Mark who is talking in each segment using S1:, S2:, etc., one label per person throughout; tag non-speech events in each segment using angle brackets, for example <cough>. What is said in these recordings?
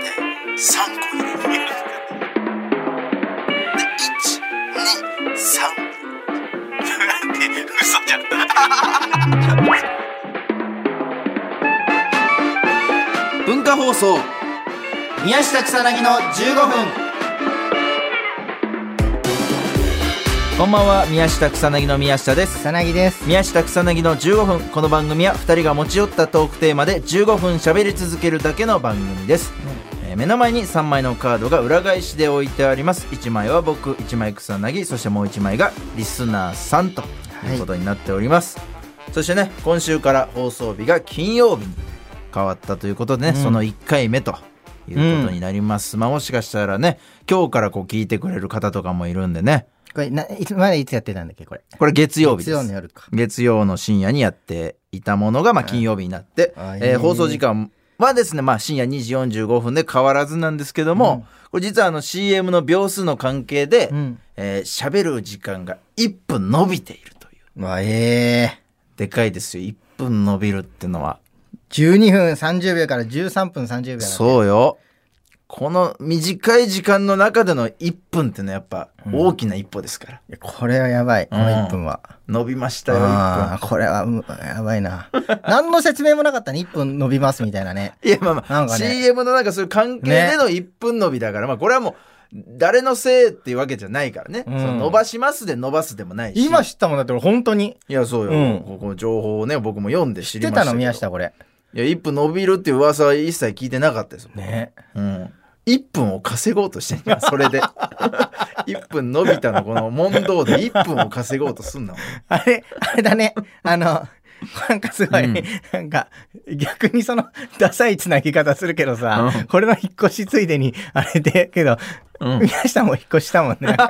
S1: 3個入れる。で、1、2、3。なんで、嘘じゃん。
S2: 文化放送宮下草薙の15分こんばんは宮下草薙の宮下です
S3: 草薙です
S2: 宮下草薙の15分この番組は2人が持ち寄ったトークテーマで15分喋り続けるだけの番組です、えー目の前に3枚のカードが裏返しで置いてあります1枚は僕1枚草薙そしてもう1枚がリスナーさんということになっております、そしてね今週から放送日が金曜日に変わったということでね、その1回目ということになります、まあもしかしたらね今日からこう聞いてくれる方とかもいるんでね
S3: これないつまでいつやってたんだっけこれ
S2: これ月曜日です
S3: 月曜の夜か
S2: 月曜の深夜にやっていたものが、まあ、金曜日になって、
S3: あいいね
S2: えー放送時間はですね、まあ、深夜2時45分で変わらずなんですけども、これ実はあの CM の秒数の関係で喋、
S3: ん
S2: えー喋る時間が1分伸びているという
S3: うわええ
S2: でかいですよ1分伸びるってのは
S3: 12分30秒から13分30秒う
S2: そうよこの短い時間の中での1分ってのはやっぱ大きな一歩ですから、
S3: これはやばいこの
S2: うん
S3: 1分は、
S2: 伸びましたよ1分
S3: ああこれはうんやばいな <laughs> 何の説明もなかったね1分伸びますみたいなね
S2: いやまあま
S3: な
S2: あ、
S3: んかね
S2: CM のなんかそういう関係での1分伸びだから、まあこれはもう誰のせいっていうわけじゃないからね、
S3: うん
S2: その伸ばしますで伸ばすでもないし
S3: 今知ったもんだって俺本当に
S2: いやそうよ、
S3: うん
S2: ここの情報をね僕も読んで知
S3: 知っ
S2: り
S3: て
S2: ました
S3: た
S2: けど
S3: の宮下これ
S2: いや1分伸びるっていう噂は一切聞いてなかったですもん、
S3: ね
S2: うん、1分を稼ごうとしてんじゃ
S3: <laughs>
S2: んそれで1分伸びたのこの問答で1分を稼ごうとすんなもん
S3: あれあれだねあのなんかすごい、
S2: うん
S3: なんか逆にそのダサいつなぎ方するけどさ、
S2: うん
S3: これの引っ越しついでにあれでけど、
S2: うん
S3: 宮下も引っ越したもんね。
S2: <laughs>
S3: 逆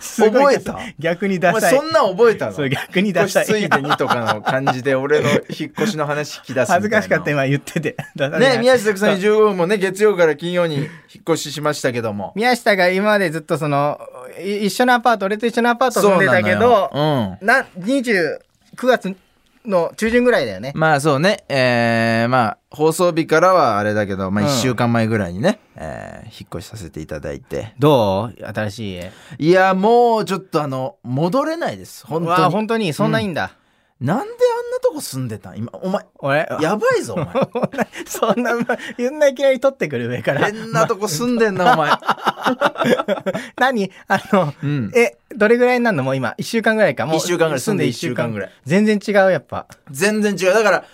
S3: すごい
S2: 覚えた
S3: 逆に
S2: お
S3: ダ
S2: 前
S3: サい
S2: そ。んなん覚えたの
S3: そう逆に
S2: 引っ
S3: ダ
S2: 越
S3: サ
S2: しつい
S3: い。
S2: でにとかの感じで俺の引っ越しの話聞き出すみたいな
S3: 恥ずかしかった今言ってて。ダサい
S2: ね、宮下草薙15分もね、月曜から金曜に引っ越ししましたけども。
S3: 宮下が今までずっとそのい一緒のアパート俺と一緒のアパート住んでたけ
S2: そうな
S3: ど
S2: のよ
S3: な29月の中旬ぐらいだよね
S2: うん。。まあそうね、えー、まあ、放送日からはあれだけど、まあ
S3: うん
S2: 1週間前ぐらいにね、えー引っ越しさせていただいて。
S3: どう新しい家。
S2: いや、もうちょっとあの、戻れないです。本
S3: うわ
S2: 当に。
S3: 本当にそんないいんだ。
S2: なんであんなとこ住んでたん今、お前、
S3: 俺
S2: やばいぞ、お前。
S3: <laughs> そんな、そんないきなり取ってくる上から。
S2: <laughs> 変なとこ住んでんな、お前。 <laughs>
S3: 何あの、
S2: うん
S3: え、どれぐらいになるのもう今、一週間ぐらいか。もう
S2: 一週間ぐらい
S3: 住
S2: 住ん
S3: んで
S2: で
S3: 一週
S2: 一週間
S3: 間
S2: ぐ
S3: ぐ
S2: ら
S3: ら
S2: い
S3: い。全然違う、やっぱ。
S2: 全然違う。だから、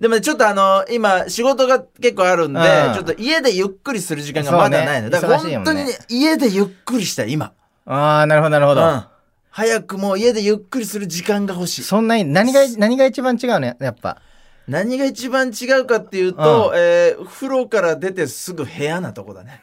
S2: でもねちょっとあの、今、仕事が結構あるんで、
S3: うん
S2: ちょっと家でゆっくりする時間がまだないの。
S3: そうね
S2: だから
S3: 忙しいも
S2: 本
S3: んね
S2: 当にね、家でゆっくりしたい、今。
S3: ああ、なるほど、なるほ
S2: う
S3: ど。
S2: ん。早くもう家でゆっくりする時間が欲しい。
S3: そんなに、何が、何が一番違うのややっぱ。
S2: 何が一番違うかっていうと、えー風呂から出てすぐ部屋なとこだね。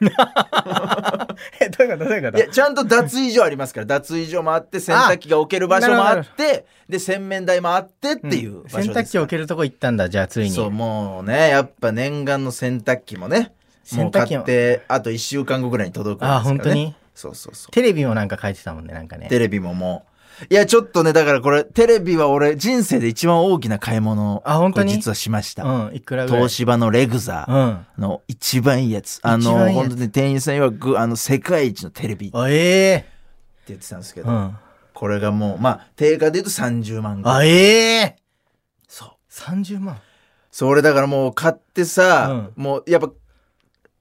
S3: え、どういうことどういう
S2: いや、ちゃんと脱衣所ありますから、脱衣所もあって、洗濯機が置ける場所もあって、で、洗面台もあってっていう場所です
S3: 洗
S2: から
S3: 濯機置けるとこ行ったんだ、じゃあ、ついに。
S2: そうもうねやっぱ念願の洗濯機もねもう
S3: 洗
S2: 買
S3: 濯機も
S2: ってあと1週間後ぐらいに届くんですから、ね、
S3: あ本当に
S2: そうそうそ
S3: テレビもなんか書いてたもんね、なんか
S2: う
S3: ね。
S2: テレビももういやちょっとねだからこれテレビは俺人生で一番大きな買い物を
S3: あ本当に
S2: これ実はしまし
S3: う
S2: た、
S3: ん、いくらぐらい。
S2: 東芝のレグザ
S3: うん。
S2: の一番いいやつあ
S3: 一
S2: の
S3: 番いいやつ
S2: 本当に店員さん曰くあの世界一のテレビって
S3: あ、ええ
S2: 言ってたんですけど、
S3: うん。
S2: これがもうまあ定価で言うと30万ぐらい
S3: あ、ええ
S2: そう
S3: 30万。
S2: それだからもう買ってさ、もうやっぱ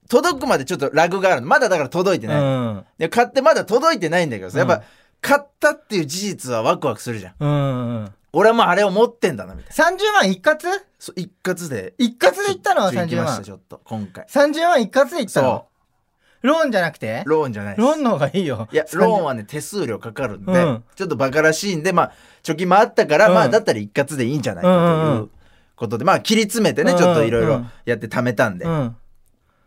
S2: 届くまでちょっとラグがあるのまだだから届いて
S3: う
S2: ない、
S3: ん。
S2: で買ってまだ届いてないんだけどさ、
S3: うん
S2: やっぱ買ったっていう事実はワクワクするじゃん
S3: うんうん。
S2: 俺はもうあれを持ってんだなみたいな
S3: 30万一括
S2: そう一括で
S3: 一括で行ったの
S2: ちょ行き
S3: ?30
S2: ました
S3: 万。
S2: ちょっと今回
S3: 30万一括で行ったの
S2: そ
S3: ローンじゃなくて
S2: うローンじゃないです
S3: ローンの方がいいよ。
S2: いやローン
S3: は。
S2: はね手数料かかるんで、
S3: うん
S2: ちょっとバカらしいんでまあ貯金もあったから、
S3: うん
S2: まあだったら一括でいいんじゃないか
S3: うん
S2: と
S3: うん
S2: いううんことでまあ切り詰めてね、
S3: うん
S2: ちょっといろいうろ
S3: ん
S2: やって貯めたんで、
S3: うん。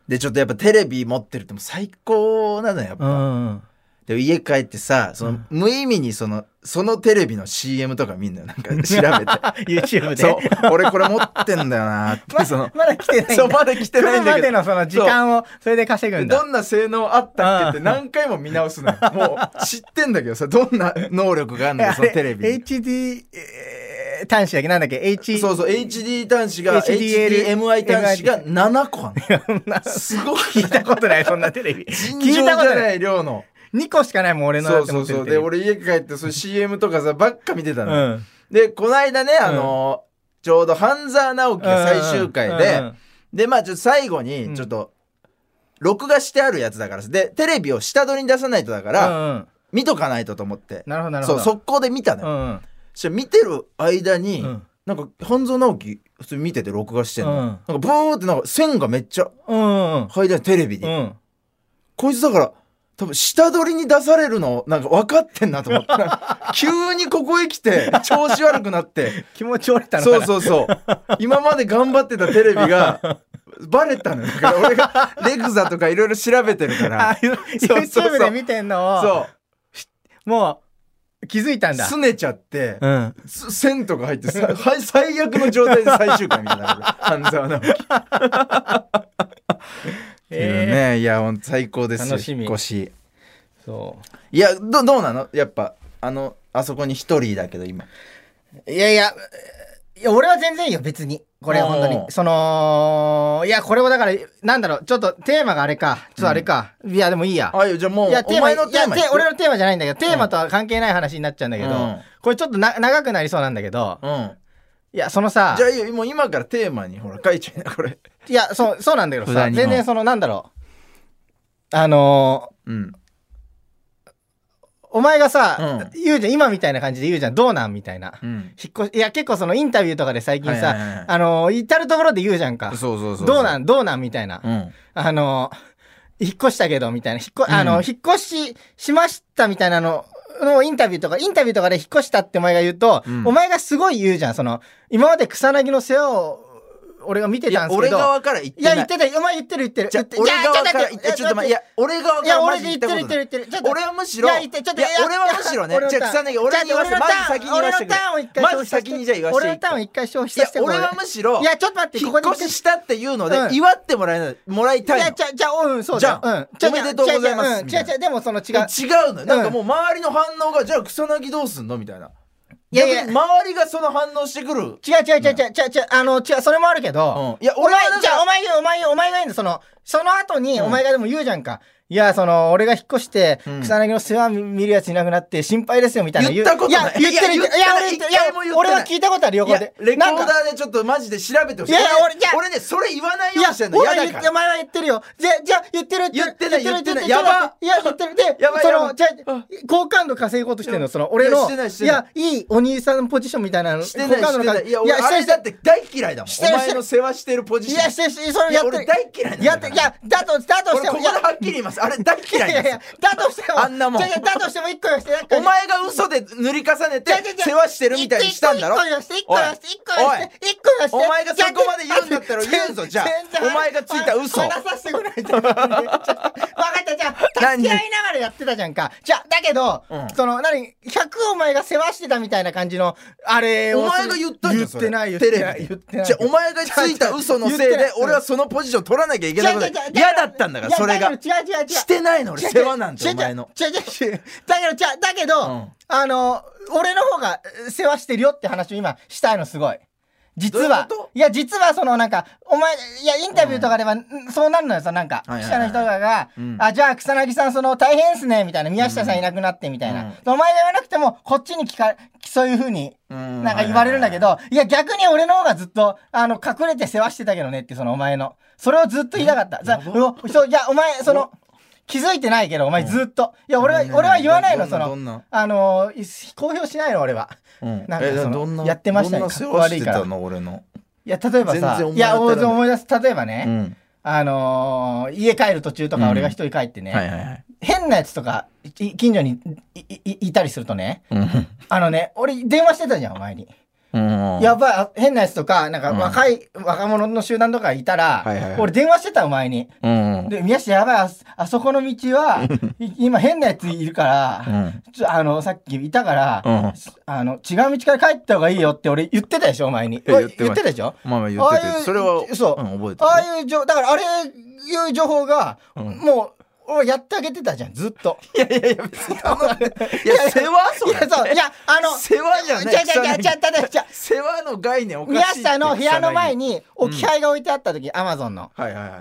S2: でちょっとやっぱテレビ持ってるってもう最高なのよやっぱ
S3: うんうん。
S2: で家帰ってさその無意味にそのそのテレビの CM とか見んのよなんか調
S3: <laughs>
S2: べ
S3: YouTube
S2: て
S3: で。
S2: そう俺これ持ってんだよなって、その
S3: まだ来てないんだ。
S2: そうまだ来てないんだけ
S3: 来る
S2: ど
S3: までのその時間を、それで稼ぐ
S2: で
S3: んだ
S2: ど。んな性能あったっけって
S3: うん
S2: 何回も見直すの
S3: <laughs>
S2: よもう知ってんだけどさどんな能力があるのよそのテレビに
S3: HD、えー端子だけなんだっけ ?H。
S2: そうそう、HD 端子が、
S3: HDL
S2: HDMI 端子が7個あんの
S3: な
S2: すごい。
S3: <laughs> 聞いたことない、そんなテ
S2: <laughs>
S3: レビ。聞
S2: 尋
S3: い
S2: 常じ
S3: た
S2: ゃ
S3: ことない。
S2: ない量の。
S3: 2個しかないもん、俺の
S2: そ
S3: だっ
S2: う
S3: て
S2: そ
S3: 持っ
S2: う
S3: て
S2: そ
S3: る
S2: う。
S3: テ
S2: で、
S3: レビ。
S2: 俺家帰って、それ CM とかさ、ばっか見てたの。
S3: うん。
S2: で、こないだね、あのーちょうど半沢直樹が最終回で、
S3: うんうん
S2: で、まあ、ちょっと最後
S3: う
S2: に、
S3: ん
S2: ちょっと、録画してあるやつだからさで、テレビを下取りに出さないとだから、
S3: うんうん
S2: 見とかないとと思って。
S3: なるほど、なる
S2: そ
S3: ほ
S2: う、
S3: ど。
S2: 速攻で見たの
S3: う
S2: よ。
S3: んうん。
S2: そしたら見てる間に、
S3: うん
S2: なんか、半沢直樹、普通に見てて録画してんの。
S3: うん
S2: なんか、ブーってなんか線がめっちゃ
S3: うんうん。
S2: 入りない、テレビに。
S3: うん。
S2: こいつだから、多分下取りに出されるの、なんか分かってんなと
S3: <laughs>
S2: 思って。なんか急にここへ来て、調子悪くな
S3: <laughs>
S2: って。
S3: 気持ち折れたのか
S2: そう
S3: な。
S2: そうそう。今まで頑張ってたテレビが、バレたのよ。だから俺がレグザとかいろいろ調べてるか
S3: あ
S2: ら。そうそうそう
S3: YouTube で見てんのを、
S2: そ
S3: もう、気づいた
S2: う。
S3: んだ
S2: す。ねちゃって、
S3: うん。
S2: す線とか入ってさ、はい最悪の状態で最終回みたいな。半沢直樹。
S3: え
S2: ね、いや、ほんと最高ですよ。
S3: 楽しみ
S2: 引っ越し。
S3: ーそ
S2: いや、ど、どうなのやっぱ、あの、あそこに一人だけど今。
S3: う。いやいや、いや、俺は全然いいよ、別に。これは本当
S2: お
S3: に。
S2: ー
S3: その、いや、これはだから、なんだろう、ちょっとテーマがあれか。ちょっとあれか。いや、でもいいや。
S2: あいやじゃあもう
S3: いや、
S2: お
S3: テーマ、
S2: 前
S3: いや
S2: のテーマ
S3: て
S2: 引く
S3: 俺のテーマじゃないんだけど、テーマとは関係ない話になっちゃうんだけど、
S2: うん
S3: これちょっとな長くなりそうなんだけど、
S2: うん
S3: いや、そのさ
S2: じゃ、あいいよもう今からテーマにほら書いちゃいなこれ
S3: いや、そう、そうなんだけど
S2: 普段
S3: さ、
S2: に
S3: 全
S2: う
S3: 然
S2: ん
S3: その、なんだろう。あの
S2: うん
S3: ーお前がさ、
S2: う
S3: 言うじゃん、今みたいな感じで言うじゃん、どうなんみたいな。
S2: うん
S3: 引っ越し、いや、結構そのインタビューとかで最近
S2: はいはいはいはい
S3: さ、あのー、至るところで言うじゃんか。
S2: そうそうそう
S3: どうなんん、どうなんみたいな。
S2: うん
S3: あのー、引っ越したけど、みたいな。引っ越、
S2: うん
S3: あの、引っ越ししましたみたいなの、のインタビューとか、インタビューとかで引っ越したってお前が言うと、
S2: うん
S3: お前がすごい言うじゃん。その、今まで草薙の世話を、俺が見て
S2: い
S3: た
S2: や
S3: んですけ
S2: 俺
S3: ど。
S2: 側から言って
S3: い
S2: な
S3: や、
S2: い
S3: 言ってた、お前言ってる言ってる。
S2: じゃあ
S3: 言って
S2: 俺側から
S3: い
S2: い
S3: や
S2: やちょっと待っていや俺側
S3: い
S2: か
S3: や、
S2: らマ
S3: 俺
S2: ジ
S3: で
S2: で
S3: 言
S2: 言
S3: って
S2: った
S3: る
S2: ことない
S3: 言ってる言ってる。ちょっと
S2: 俺はむしろ
S3: いや言ってちょっと
S2: いや
S3: いや
S2: 俺はむしろね
S3: 俺の
S2: じ
S3: ター
S2: ゃあ
S3: ン
S2: 草薙俺に言わせて
S3: じゃ
S2: まず
S3: あ
S2: 先に言わせてくれ
S3: 俺のターンを一回消
S2: まず
S3: して
S2: 先にじゃあ言わせて
S3: 俺のターンを一回消費
S2: い
S3: さ
S2: や
S3: せて
S2: 俺はむしろ
S3: いや、ちょっと待って、
S2: 引
S3: ここ
S2: っ
S3: で一回。
S2: 越ししたっていうので
S3: うん
S2: 祝ってもらえないもらいた
S3: い
S2: い
S3: や、
S2: の
S3: じゃあ、じゃあ、うん、そうだよ。
S2: じゃあ
S3: うん。じゃあ
S2: おめでとうございますみ
S3: じ
S2: た
S3: ゃ
S2: いな
S3: あ、じゃあ、でもその違
S2: 違
S3: う。
S2: うのよなんかもう周りの反応がじゃあ草薙どうすんのみたいない
S3: やいや
S2: 逆に周りがその反応してくるうん
S3: 違う違う違う違う違う違う、あの、違う、それもあるけど、
S2: いや
S3: お
S2: 俺は
S3: 前
S2: なん、
S3: じゃあ、お
S2: か
S3: 前言う、お前言う、お前が言うんだ、その、その後に、
S2: うん
S3: お前がでも言うじゃんか。いや、その、俺が引っ越して、
S2: うん
S3: 草薙の世話見るやついなくなって心配ですよ、みたいなう
S2: 言ったことない
S3: いや、言ってる、
S2: い
S3: 言
S2: や
S3: ってる。
S2: 言って
S3: いや、俺
S2: ない
S3: いや
S2: 一回も言ってない
S3: 俺は聞いたことあるよ、
S2: い
S3: こ
S2: や
S3: れ。
S2: レコー
S3: な
S2: ダ
S3: んか
S2: ーでちょっとマジで調べてほしい
S3: いやいや
S2: 俺
S3: 俺いや
S2: 俺ねそれ言わない
S3: い
S2: よう
S3: や
S2: にしてん、の
S3: 俺は
S2: 嫌だ
S3: 言
S2: か
S3: って、お
S2: ら
S3: 前は言ってるよ。じゃ、じゃあ、言ってる、
S2: 言ってない
S3: 言ってる
S2: 言ってない
S3: 言ってるちょっと待っていや、言ってる。で、
S2: やばい
S3: そ
S2: やば
S3: の、
S2: い
S3: じゃあ、好感度稼ごうとしてんの、その、俺
S2: いや
S3: の、
S2: してないして
S3: い
S2: ない
S3: や、いいお兄さんポジションみたいなの、
S2: してない
S3: 好
S2: し
S3: 感
S2: て
S3: 度
S2: な
S3: 稼
S2: い
S3: ご
S2: いや俺
S3: い
S2: あ
S3: や、して
S2: れ
S3: して
S2: だって大嫌いだも
S3: し
S2: ん
S3: てる
S2: お
S3: して
S2: 前
S3: る
S2: の世話してるポジ
S3: い
S2: シ
S3: や、
S2: ョン
S3: してして、それ
S2: いや
S3: やって
S2: 俺
S3: る。
S2: 大嫌いなんだ
S3: やっ
S2: か
S3: て、
S2: ら
S3: いや、だと、だとし
S2: 俺
S3: て
S2: こ
S3: も、
S2: こではっきり言いますあれ大
S3: い
S2: 嫌
S3: や
S2: い
S3: い
S2: な
S3: や
S2: ん
S3: い
S2: です
S3: や、だとしても、
S2: あんなもん
S3: じゃあだとしても一個言わして、なんか
S2: お前が嘘で塗り重ねて
S3: じゃあじゃあじゃあ
S2: 世話してるみたいにしたんだろ
S3: 一個言わして、一個言わして、一個言わして、一個言わして。
S2: おいお前がそこまで言うんだったら言うぞじゃあ
S3: 全然
S2: お前がついた嘘
S3: 話させてくれないと。分かった、じゃあ、
S2: 何
S3: 付き合いながらやってたじゃんか。じゃあ、だけど
S2: うん、
S3: その、何、100お前が世話してたみたいな感じの、あれ
S2: お
S3: をす
S2: 前
S3: る。
S2: が言ったじゃん
S3: 言ってない、言っ
S2: テ
S3: て
S2: レ
S3: ない。
S2: ビ
S3: 言って
S2: で
S3: ない
S2: じゃあお前がついた嘘のせい
S3: 言ってな
S2: で
S3: い
S2: 俺はそのポジション取らなきゃいけなくなる
S3: 違う違う違う
S2: 嫌だったんだから
S3: いや
S2: それが
S3: だけど違う違う違う
S2: してないの俺世話なんてお前の
S3: 違う違う違う違うだけどじゃだけど、
S2: うん
S3: あの俺の方がえー世話してるよって話を今したいのすごい実は
S2: どういうこ
S3: いや実はそのなんかお前いやインタビューとかでは、んそうなるのよそのなんか、
S2: はいはいはい
S3: 記者の人とかが、
S2: うん
S3: あじゃあ草薙さんその大変っすねみたいな宮下さんいなくなってみたいな、お前が言わなくてもこっちに聞かそういうふうに
S2: うん
S3: なんか言われるんだけど、いや逆に俺の方がずっと、あの、隠れて世話してたけどねって、そのお前の。それをずっと言いたかった。さ、うおそう、いや、お前、その、気づいてないけど、お前ずっと。いや、俺は
S2: うん、
S3: 俺は言わないの、
S2: ど
S3: そ
S2: んなどん
S3: の
S2: な、
S3: あの、い公表しないの、俺は。
S2: うん
S3: なんか
S2: え
S3: その
S2: どんな
S3: やってました
S2: ど
S3: よ
S2: んな世話して
S3: かったこ悪いか
S2: の俺の
S3: いや、例えば
S2: 全
S3: さ
S2: 然、思い
S3: いや、
S2: 当たらない
S3: 思い出す、例えばね、
S2: うん
S3: あのー家帰る途中と
S2: うん
S3: か俺が一人帰ってね、
S2: はいはいはい
S3: 変なやつとか、い近所にいいいいたりするとね、
S2: うん
S3: あのね、俺電話してたじゃん、お前に。
S2: うん
S3: やばいあ、変なやつとか、なんか
S2: うん
S3: 若い、若者の集団とかいたら、
S2: はいはいはい
S3: 俺電話してた、お前に。
S2: うんうん
S3: で、宮下やばい、あそあそこの道は、い今変なやついるから、
S2: うん
S3: ちょあの、さっきいたから、
S2: うん
S3: あの、違う道から帰った方がいいよって俺言ってたでしょ、お前に。
S2: や言ってました
S3: 言ってたでしょ
S2: まあまあ言って
S3: ああい
S2: て
S3: う
S2: それは
S3: そう
S2: うん覚えてる
S3: ああいう情、だからあれいう情報が、
S2: うん
S3: もう、俺やってあげてたじゃん、ずっと。
S2: <laughs> いやいやいや、
S3: <laughs>
S2: 別に頼んで。いや、世話そ
S3: いや、そう、いや、あ
S2: <laughs>
S3: の、
S2: 世話じゃない
S3: 違う違う違う違う違う違う
S2: 世話の概念おかしい
S3: 宮
S2: って。
S3: 下の部屋の前
S2: に。
S3: に置き配が置いてあった時、アマゾンの。
S2: はいはいはい。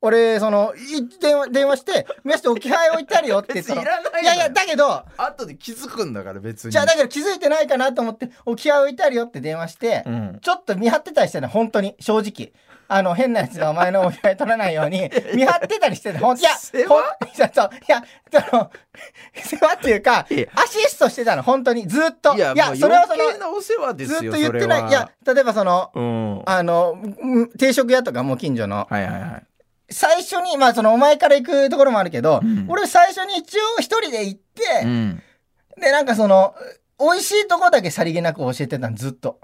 S3: 俺、その、い電話、電話して、宮下置き配置いてあるよって言っ
S2: 別
S3: た
S2: に
S3: の
S2: いらないのよ
S3: いやいや、だけど、
S2: 後で気づくんだから別に。
S3: じゃあだけど気づいてないかなと思って、置き配置いてあるよって電話して、
S2: うん。
S3: ちょっと見張ってたりしてね、本当に、正直。あの、変なやつがお前のお祝い取らないよ
S2: <laughs>
S3: うに、見張ってたりしてた。ほんいや、
S2: 世話
S3: ほんいや、そう、いや、その、 <laughs> 世話っていうか
S2: いや、
S3: アシストしてたの、本当に、ずっと。
S2: いや、もう
S3: それはそ
S2: 余計
S3: の、
S2: なお世話です
S3: ず
S2: よ
S3: っと言って
S2: それ
S3: な。
S2: はい
S3: いや、例えばその、
S2: うん。はい
S3: あの、うん定食屋とかもう近所の、
S2: はいはい。
S3: 最初に、まあその、お前から行くところもあるけど、
S2: うん
S3: 俺最初に一応一人で行って、
S2: うん。
S3: で、なんかその、美味しいとこだけさりげなく教えてたの、ずっと。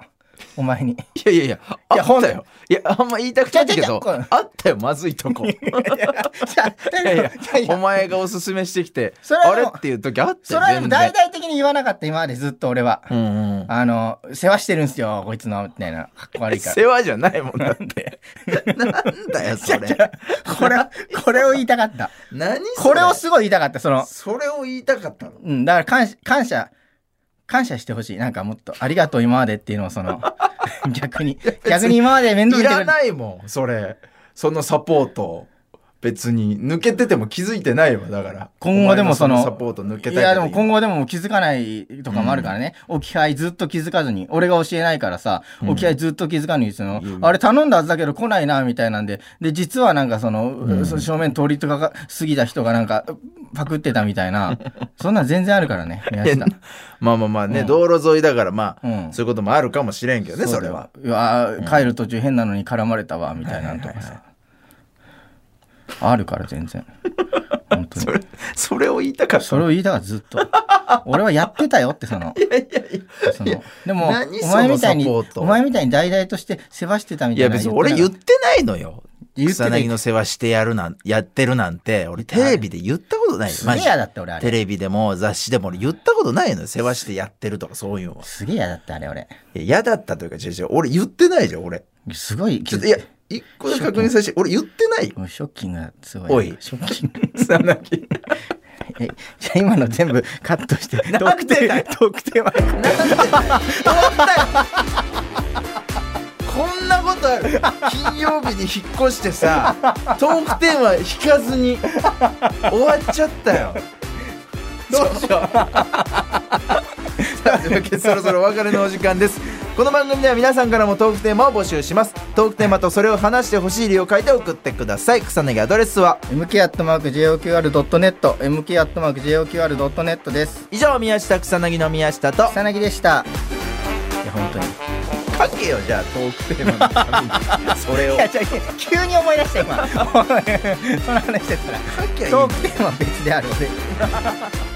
S3: お前
S2: <laughs>
S3: に。
S2: いやいやいや、あ
S3: いや
S2: ったよ。いや、あんま言いたくないけ
S3: ちょ
S2: ど
S3: ちょちょ、
S2: あったよ、まずいと
S3: <laughs>
S2: こ。
S3: じゃあ
S2: いやいや
S3: じゃあいや
S2: お前がおすすめしてきて、
S3: それは
S2: あ
S3: で
S2: れ
S3: も
S2: っていう時あった
S3: そ
S2: よ。
S3: れはでも
S2: 全
S3: 大
S2: 然
S3: 々的に言わなかった、今までずっと俺は。
S2: うんうん。
S3: あの、世話してるんすよ、こいつの、みたいな。かっこ悪い
S2: <laughs>
S3: か
S2: 世話じゃないもんだって。 <laughs> なんだよ、それ。
S3: ら。これを、これを言いたかった。
S2: 何それ
S3: これをすごい言いたかった、その、
S2: それを言いたかったの
S3: うん、だから感謝、感謝、感謝してほしい。なんかもっと、ありがとう今までっていうのを
S2: <laughs>
S3: その、逆に、逆に今まで面倒
S2: い
S3: 見てく
S2: ら
S3: れた。
S2: ないもんそれそのサポート別に抜けてても気づいてないわだから
S3: 今後でもその
S2: お前サポート抜けた
S3: いやでも今
S2: 後
S3: 後でも気づかないとかもあるからね、置き配ずっと気づかずに俺が教えないからさ
S2: うん
S3: 置き配ずっと気づかずにその、
S2: うん
S3: あれ頼んだはずだけど来ないなみたいなんでで実はなんかその,、
S2: ん
S3: その正面通りとかが過ぎた人がなんかパクってたみた
S2: <laughs>
S3: いなそんなん全然あるからね宮下
S2: まあまあまあね、
S3: うん
S2: 道路沿いだからまあ、
S3: うん
S2: そういうこともあるかもしれんけどねそれは
S3: うわー帰る途中変なのに絡まれたわみたいなのとかさ、あるから全
S2: <laughs>
S3: 然本当に
S2: それそれを言いたかった
S3: それを言いたからず
S2: <laughs>
S3: っと俺はやってたよってその
S2: いやいやいや
S3: そのでも
S2: 何
S3: お前みたいに
S2: そのサポート
S3: お前みたいに大々として世話してたみ
S2: い
S3: たい
S2: や
S3: な
S2: 別に俺言ってないのよ
S3: 言ってた
S2: 草薙の世話してやるなんやってるなんて俺テレビで言ったことないよ
S3: すげ
S2: マ
S3: え
S2: ジ
S3: 嫌だって俺あ
S2: テ
S3: れ
S2: レビでも雑誌でも俺言ったことないのよ世話してやってるとかそういうのは
S3: すげえ嫌だってあれ俺
S2: いや嫌だったというか違う違う俺言ってないじゃん俺
S3: すごい
S2: ちょっといや、一個だけ確認させて、俺言ってないよ。 <laughs>
S3: もうショッキングがすご
S2: お
S3: い
S2: い
S3: ショッキング
S2: 草薙。
S3: えじゃあ今の全部カットして
S2: なん
S3: 特
S2: でだ
S3: 定
S2: よ
S3: 特定は
S2: こんなことある金曜日に引っ越してさ、トークテーマ引かずに終わっちゃった <laughs> よ。どうし <laughs> よう。さあというわけでそろそろお別れのお時間です。この番組では皆さんからもトークテーマを募集します。トークテーマとそれを話してほしい理由を書いて送ってください。草薙アドレスは
S3: mk.joqr.net mk.joqr.net です
S2: 以上、宮下草薙の宮下と。
S3: 草薙でしたいや本当に
S2: 書けよ、じゃあトークテーマのため <laughs> に。それを
S3: い。や違う違う急に思い出 <laughs> した今その話して
S2: 書
S3: たら
S2: けよ
S3: トークテーマは別である俺